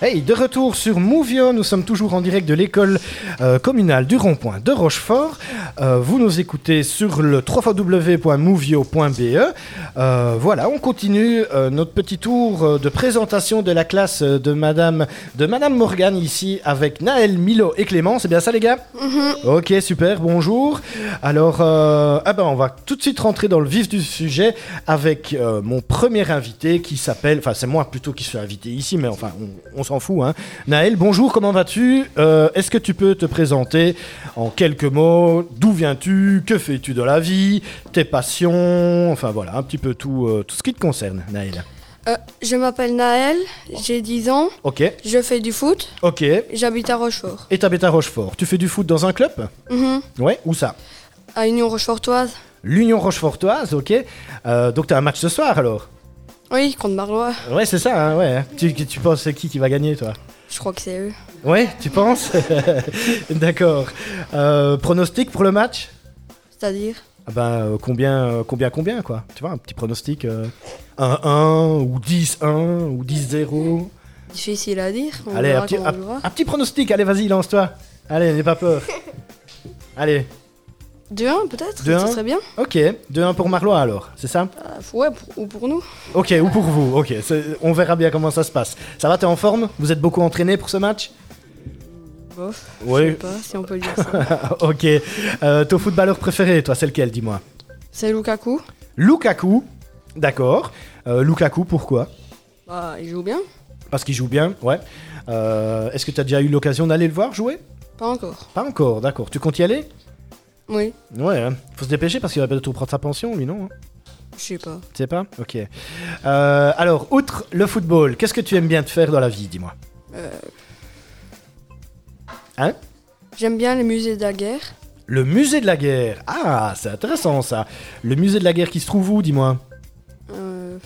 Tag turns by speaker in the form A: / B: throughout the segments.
A: Hey, de retour sur Mouvio, nous sommes toujours en direct de l'école euh, communale du rond-point de Rochefort. Euh, vous nous écoutez sur le www.mouvio.be. Euh, voilà, on continue euh, notre petit tour euh, de présentation de la classe euh, de Madame, de Madame Morgane ici avec Naël, Milo et Clément. C'est bien ça les gars Ok, super, bonjour. Alors, euh, ah ben, on va tout de suite rentrer dans le vif du sujet avec euh, mon premier invité qui s'appelle, enfin c'est moi plutôt qui suis invité ici, mais enfin on, on s'en fout. Hein. Naël, bonjour, comment vas-tu Euh, Est-ce que tu peux te présenter en quelques mots D'où viens-tu Que fais-tu de la vie Tes passions Enfin voilà, un petit peu tout, euh, tout ce qui te concerne, Naël.
B: Euh, je m'appelle Naël, j'ai 10 ans,
A: Ok,
B: je fais du foot,
A: ok.
B: j'habite à Rochefort,
A: Et t'habites à Rochefort. Tu fais du foot dans un club
B: Mhm.
A: Ouais, où ça
B: à Union Rochefortoise.
A: L'Union Rochefortoise, ok. Euh, donc t'as un match ce soir alors
B: Oui, contre Marlois,
A: Ouais, c'est ça, hein, ouais. Tu, tu penses c'est qui qui va gagner, toi
B: je crois que c'est eux.
A: Ouais, tu penses D'accord. Euh, pronostic pour le match
B: C'est-à-dire
A: ah ben, euh, combien, euh, combien, combien, quoi Tu vois, un petit pronostic euh, 1-1 ou 10-1 ou 10-0
B: Difficile à dire, on
A: Allez, un
B: verra
A: petit,
B: quand on
A: un-
B: le verra.
A: un petit pronostic, allez, vas-y, lance-toi. Allez, n'aie pas peur. allez,
B: 2-1 peut-être,
A: Deux, un.
B: ça serait bien.
A: ok, 2-1 pour Marlois alors, c'est ça
B: Ah, ouais, pour- ou pour nous.
A: Ok, ou pour vous, ok, c'est- on verra bien comment ça se passe. Ça va, t'es en forme Vous êtes beaucoup entraîné pour ce match
B: Bof, je
A: Oui,
B: sais pas si on peut le dire ça.
A: ok. Euh, ton footballeur préféré, toi, c'est lequel, dis-moi
B: c'est Lukaku,
A: Lukaku, d'accord. Euh, Lukaku, pourquoi
B: bah, il joue bien,
A: Parce qu'il joue bien, ouais. Euh, Est-ce que tu as déjà eu l'occasion d'aller le voir jouer
B: pas encore.
A: Pas encore, d'accord. Tu comptes y aller
B: Oui,
A: Ouais, hein. faut se dépêcher parce qu'il va bientôt prendre sa pension, lui, non hein
B: je sais pas.
A: Tu sais pas Ok. Euh, alors, outre le football, qu'est-ce que tu aimes bien te faire dans la vie, dis-moi Hein
B: J'aime bien les musées de la guerre,
A: Le musée de la guerre. Ah, c'est intéressant ça. Le musée de la guerre qui se trouve où, dis-moi
B: euh,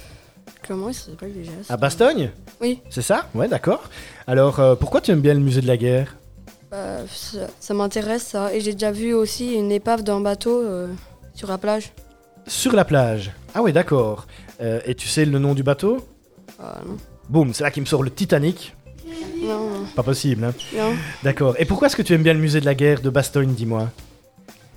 B: comment il s'appelle déjà ça
A: À Bastogne
B: Oui,
A: C'est ça Ouais, d'accord. Alors, euh, pourquoi tu aimes bien le musée de la guerre
B: bah, ça, ça m'intéresse ça, et j'ai déjà vu aussi une épave d'un bateau euh, sur la plage.
A: Sur la plage. Ah ouais, d'accord. Euh, et tu sais le nom du bateau
B: Ah non.
A: Boum, c'est là qu'il me sort le Titanic.
B: Non, non,
A: Pas possible, hein
B: non.
A: D'accord. Et pourquoi est-ce que tu aimes bien le musée de la guerre de Bastogne, dis-moi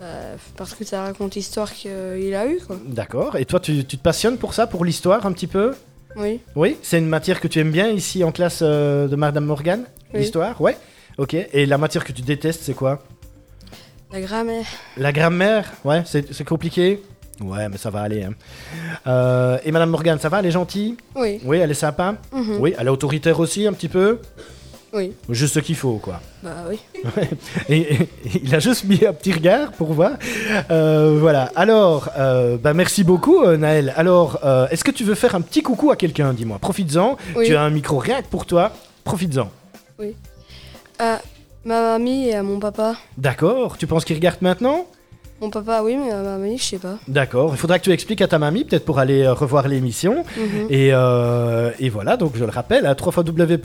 B: Euh, parce que ça raconte l'histoire qu'il a eue, quoi.
A: D'accord. Et toi, tu, tu te passionnes pour ça, pour l'histoire, un petit peu
B: Oui.
A: Oui C'est une matière que tu aimes bien ici en classe euh, de Madame Morgan
B: Oui.
A: L'histoire Ouais Ok. Et la matière que tu détestes, c'est quoi
B: La grammaire.
A: La grammaire, ouais, c'est c'est compliqué. Ouais, mais ça va aller. hein. Euh, et Madame Morgane, ça va Elle est gentille
B: Oui.
A: Oui, elle est sympa
B: Mhm.
A: Oui, elle est autoritaire aussi, un petit peu
B: Oui.
A: Juste ce qu'il faut, quoi.
B: Bah oui.
A: Et, et- il a juste mis un petit regard pour voir. Euh, voilà. Alors, euh, bah, merci beaucoup, euh, Naël. Alors, euh, est-ce que tu veux faire un petit coucou à quelqu'un Dis-moi, profites-en.
B: Oui.
A: Tu as un micro rien que pour toi. Profites-en.
B: À Euh, ma mamie et à mon papa.
A: D'accord, tu penses qu'il regarde maintenant
B: Mon papa, oui, mais à ma mamie, je sais pas.
A: D'accord, il faudra que tu expliques à ta mamie, peut-être pour aller euh, revoir l'émission.
B: Mhm.
A: Et, euh, et voilà, donc je le rappelle, à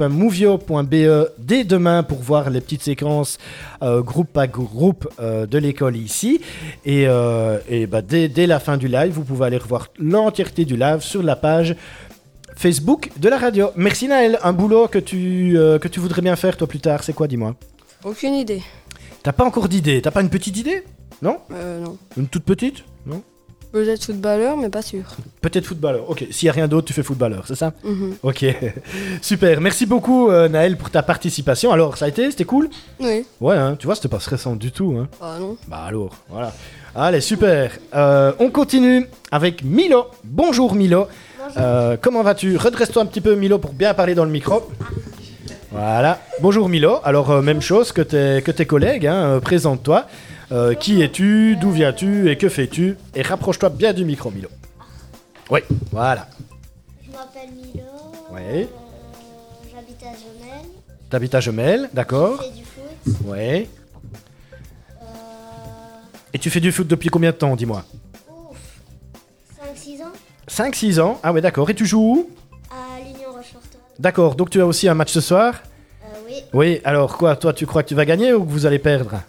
A: www.movio.be E dès demain pour voir les petites séquences euh, groupe à groupe euh, de l'école ici. Et, euh, et bah, dès, dès la fin du live, vous pouvez aller revoir l'entièreté du live sur la page Facebook de la radio. Merci Naël, un boulot que tu, euh, que tu voudrais bien faire toi plus tard, c'est quoi dis-moi
B: Aucune idée.
A: T'as pas encore d'idée, t'as pas une petite idée Non
B: Euh, non.
A: Une toute petite Non
B: Peut-être footballeur, mais pas sûr.
A: Peut-être footballeur, ok. S'il n'y a rien d'autre, tu fais footballeur, c'est ça
B: Mhm.
A: Ok, super. Merci beaucoup, euh, Naël, pour ta participation. Alors, ça a été C'était cool
B: Oui.
A: Ouais, hein, tu vois, c'était pas stressant du tout. Hein.
B: Ah non.
A: Bah alors, voilà. Allez, super. Euh, on continue avec Milo. Bonjour, Milo. Euh, comment vas-tu Redresse-toi un petit peu, Milo, pour bien parler dans le micro. Voilà. Bonjour, Milo. Alors, euh, même chose que tes, que tes collègues. hein, euh, Présente-toi. Euh, qui es-tu D'où viens-tu Et que fais-tu Et rapproche-toi bien du micro, Milo. Oui, voilà.
C: Je m'appelle Milo.
A: Ouais.
C: euh, J'habite à Genève.
A: T'habites à Gemelle,
C: Je
A: d'accord
C: fais du foot.
A: Ouais.
C: Euh,
A: Et tu fais du foot depuis combien de temps, dis-moi
C: ouf. 5-6 ans
A: 5-6 ans Ah ouais, d'accord. Et tu joues où
C: à l'Union Rochefortoise.
A: D'accord, donc tu as aussi un match ce soir
C: Euh, oui,
A: Oui, alors quoi, toi tu crois que tu vas gagner ou que vous allez perdre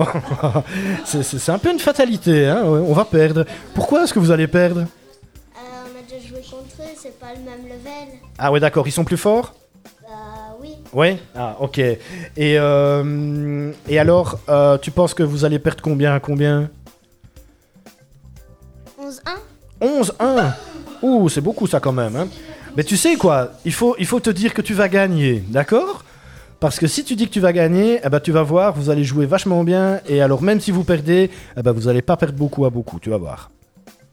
C: pour perdre.
A: C'est- C'est c'est un peu une fatalité, hein ouais, on va perdre. Pourquoi est-ce que vous allez perdre
C: Euh, on a déjà joué contre eux, c'est pas le même level.
A: Ah ouais, d'accord, ils sont plus forts
C: Bah,
A: Oui Ah, ok. Et, euh, et alors, euh, tu penses que vous allez perdre combien à combien
C: 11-1
A: 11-1 Ouh, c'est beaucoup ça quand même. hein. Mais tu sais quoi il faut, il faut te dire que tu vas gagner, d'accord Parce que si tu dis que tu vas gagner, eh ben, tu vas voir, vous allez jouer vachement bien. Et alors, même si vous perdez, eh ben, vous allez pas perdre beaucoup à beaucoup, tu vas voir.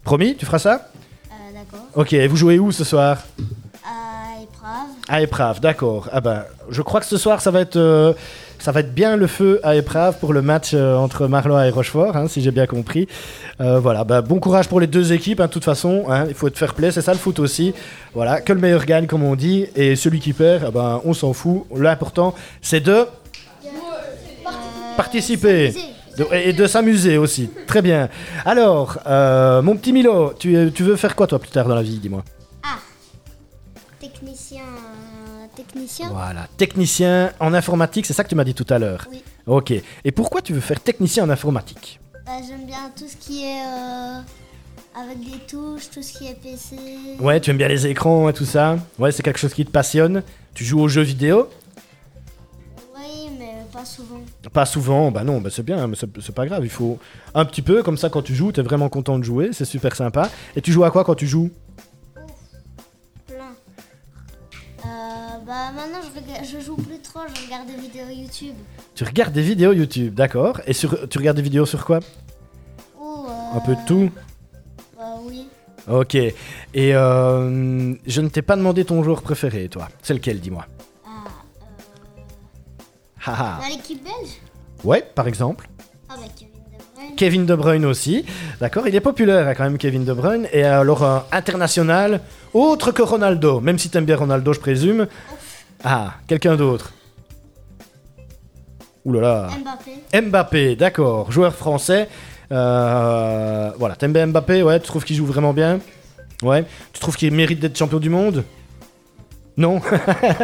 A: Promis, tu feras ça
C: euh, D'accord.
A: Ok, et vous jouez où ce soir
C: À Euh, épreuve.
A: À Éprave, d'accord. Ah ben, je crois que ce soir, ça va être, euh, ça va être bien le feu à Éprave pour le match euh, entre Marlois et Rochefort, hein, si j'ai bien compris. Euh, voilà, bah, bon courage pour les deux équipes, hein, de toute façon. hein, il faut être fair play, c'est ça le foot aussi. Voilà, que le meilleur gagne, comme on dit. Et celui qui perd, ah ben, on s'en fout. L'important, c'est de participer.
C: s'amuser.
A: De- et de s'amuser aussi. Très bien. Alors, euh, mon petit Milo, tu, tu veux faire quoi toi plus tard dans la vie, dis-moi
C: Ah Technicien. euh, Technicien
A: Voilà, technicien en informatique, c'est ça que tu m'as dit tout à l'heure.
C: Oui.
A: Ok. Et pourquoi tu veux faire technicien en informatique
C: Bah, J'aime bien tout ce qui est. euh, avec des touches, tout ce qui est PC.
A: Ouais, tu aimes bien les écrans et tout ça. Ouais, c'est quelque chose qui te passionne. Tu joues aux jeux vidéo
C: Oui, mais pas souvent.
A: Pas souvent, bah non, bah c'est bien, mais c'est c'est pas grave, il faut un petit peu, comme ça quand tu joues, t'es vraiment content de jouer, c'est super sympa. Et tu joues à quoi quand tu joues
C: Plein. Euh, bah maintenant je, rega- je joue plus trop, je regarde des vidéos YouTube.
A: Tu regardes des vidéos YouTube, d'accord Et sur, tu regardes des vidéos sur quoi
C: Ou, euh,
A: Un peu de tout
C: Bah oui.
A: Ok. Et euh, je ne t'ai pas demandé ton joueur préféré, toi. C'est lequel, dis-moi
C: Ah,
A: Haha.
C: dans l'équipe belge
A: Ouais, par exemple
C: Ah bah Kevin De Bruyne.
A: Kevin De Bruyne aussi. D'accord, il est populaire hein, quand même Kevin De Bruyne. Et alors un international, autre que Ronaldo, même si t'aimes bien Ronaldo je présume. Ah, quelqu'un d'autre. Ouh là là.
C: Mbappé.
A: Mbappé, d'accord, joueur français. Euh, voilà, t'aimes bien Mbappé, ouais, tu trouves qu'il joue vraiment bien Ouais, tu trouves qu'il mérite d'être champion du monde Non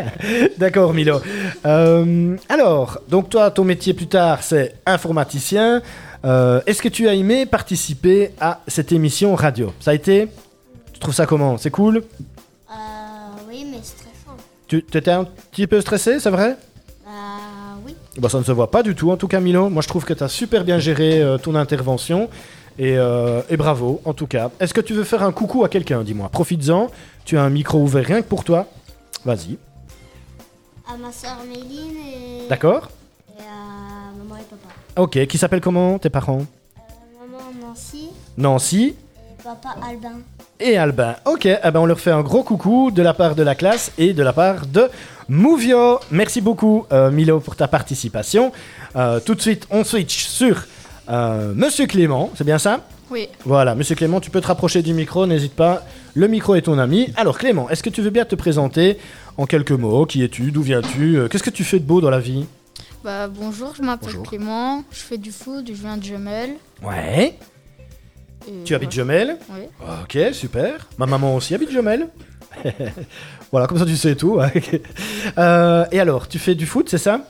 A: D'accord, Milo. Euh, alors, donc toi, ton métier plus tard, c'est informaticien. Euh, Est-ce que tu as aimé participer à cette émission radio Ça a été Tu trouves ça comment C'est cool
C: Euh, oui, mais stressant.
A: Tu étais un petit peu stressé, c'est vrai
C: Bah oui.
A: Bah, ça ne se voit pas du tout, en tout cas, Milo. Moi, je trouve que tu as super bien géré euh, ton intervention. Et, euh, et bravo, en tout cas. Est-ce que tu veux faire un coucou à quelqu'un, dis-moi Profites-en. Tu as un micro ouvert rien que pour toi. Vas-y.
C: À ma soeur Méline et,
A: D'accord
C: et à maman et papa.
A: Ok. Qui s'appelle comment tes parents
C: Euh, maman Nancy
A: Nancy
C: et papa Albin.
A: et Albin. Ok. eh ben, on leur fait un gros coucou de la part de la classe et de la part de Mouvio. Merci beaucoup, euh, Milo, pour ta participation. Euh, tout de suite, on switch sur euh, Monsieur Clément. C'est bien ça
B: Oui.
A: Voilà, monsieur Clément, tu peux te rapprocher du micro, n'hésite pas. Le micro est ton ami. Alors Clément, est-ce que tu veux bien te présenter en quelques mots Qui es-tu D'où viens-tu Euh, Qu'est-ce que tu fais de beau dans la vie
D: Bah, bonjour, je m'appelle
A: Bonjour.
D: Clément, je fais du foot, je viens de Jemel.
A: Ouais.
D: et
A: Tu habites Jemel
D: Oui.
A: Ok, super. Ma maman aussi habite Jemel. voilà, comme ça tu sais tout. hein. Euh, et alors, tu fais du foot, c'est ça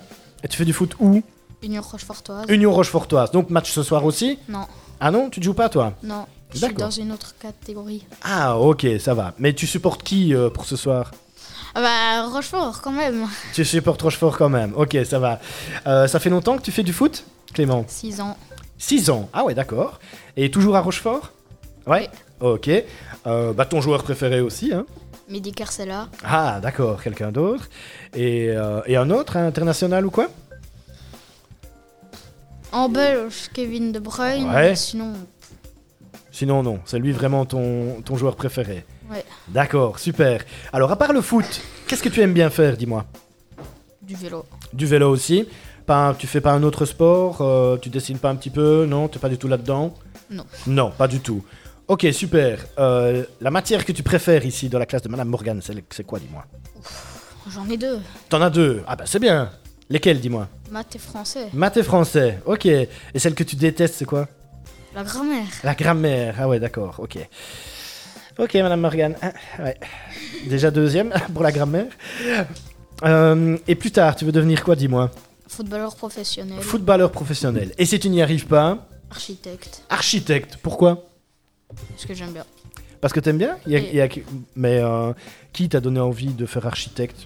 A: Et tu fais du foot où
D: Union Rochefortoise.
A: Union Rochefortoise. Donc match ce soir aussi
D: Non,
A: Ah non, tu ne joues pas toi
D: non, je suis
A: D'accord.
D: dans une autre catégorie.
A: Ah ok, ça va. Mais tu supportes qui euh, pour ce soir
D: Ah bah, Rochefort quand même
A: Tu supportes Rochefort quand même, ok, ça va. Euh, ça fait longtemps que tu fais du foot, Clément
D: 6 ans.
A: 6 ans, ah ouais, d'accord. Et toujours à Rochefort Ouais Ok. Euh, bah, ton joueur préféré aussi, hein
D: Mehdi Kersella,
A: Ah, d'accord, quelqu'un d'autre. Et, euh, et un autre, hein, international ou quoi
D: en belge, Kevin De Bruyne.
A: Ouais.
D: Sinon,
A: Sinon, non, c'est lui vraiment ton, ton joueur préféré.
D: ouais,
A: D'accord, super. Alors, à part le foot, qu'est-ce que tu aimes bien faire, dis-moi
D: du vélo.
A: Du vélo aussi pas un- Tu fais pas un autre sport euh, Tu dessines pas un petit peu Non, t'es pas du tout là-dedans
D: Non.
A: Non, pas du tout. Ok, super. Euh, la matière que tu préfères ici dans la classe de Madame Morgan, c'est le- c'est quoi, dis-moi
D: J'en ai deux,
A: T'en as deux. Ah bah c'est bien. Lesquelles, dis-moi
D: maths et français.
A: Maths et français. Ok. Et celle que tu détestes, c'est quoi
D: La grammaire,
A: La grammaire. Ah ouais, d'accord. Ok. Ok, Madame Morgan. Ah, ouais. Déjà deuxième pour la grammaire. Euh, et plus tard, tu veux devenir quoi, dis-moi
D: footballeur professionnel,
A: Footballeur professionnel. Et si tu n'y arrives pas,
D: architecte,
A: architecte. Pourquoi
D: ce que j'aime bien.
A: Parce que t'aimes bien Il y a- il y a- Mais euh, qui t'a donné envie de faire architecte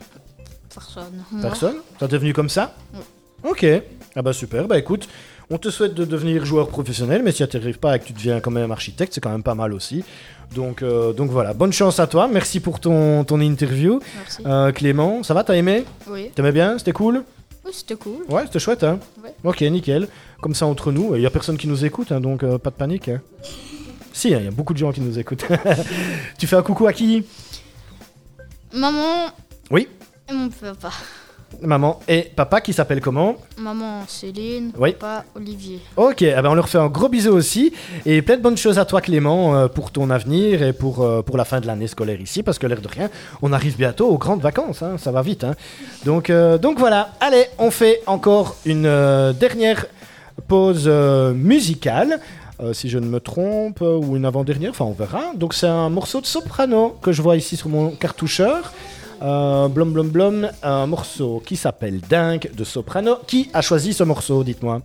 D: Personne.
A: Personne T'es devenu comme ça
D: Oui.
A: Ok. Ah bah super, bah écoute, on te souhaite de devenir joueur professionnel, mais si tu n'y arrives pas et que tu deviens quand même architecte, c'est quand même pas mal aussi. Donc, euh, donc voilà, bonne chance à toi, merci pour ton, ton interview.
D: Merci.
A: Euh, Clément, ça va, t'as aimé
D: Oui.
A: T'aimais bien C'était cool
D: Oui, c'était cool.
A: Ouais, c'était chouette, hein
D: Ouais.
A: Ok, nickel. Comme ça, entre nous, il n'y a personne qui nous écoute, hein, donc euh, pas de panique. hein. si, hein, il y a beaucoup de gens qui nous écoutent. tu fais un coucou à qui
D: Maman
A: Oui.
D: et mon papa.
A: Maman et papa qui s'appelle comment
D: Maman Céline,
A: Oui.
D: papa Olivier.
A: Ok, eh ben on leur fait un gros bisou aussi. Et plein de bonnes choses à toi, Clément, euh, pour ton avenir et pour, euh, pour la fin de l'année scolaire ici, parce que l'air de rien, on arrive bientôt aux grandes vacances, hein, ça va vite. hein. Donc, euh, donc voilà, allez, on fait encore une euh, dernière pause euh, musicale. euh, si je ne me trompe, euh, ou une avant-dernière, enfin on verra. Donc c'est un morceau de soprano que je vois ici sur mon cartoucheur. Euh, blom blom blom, un morceau qui s'appelle Dingue de soprano. Qui a choisi ce morceau, dites-moi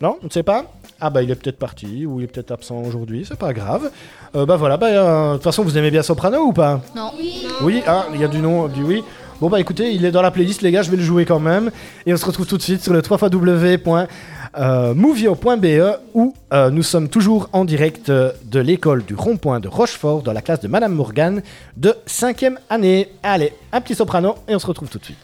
A: non, on ne sait pas Ah bah il est peut-être parti ou il est peut-être absent aujourd'hui, c'est pas grave. Euh, bah voilà, bah euh, de toute façon vous aimez bien Soprano ou pas
D: Non.
A: Oui, ah, il y a du nom, du oui. Bon bah écoutez, il est dans la playlist les gars, je vais le jouer quand même. Et on se retrouve tout de suite sur le euh, www.movio.be où euh, nous sommes toujours en direct euh, de l'école du rond-point de Rochefort dans la classe de Madame Morgane de 5e année. Allez, un petit soprano et on se retrouve tout de suite.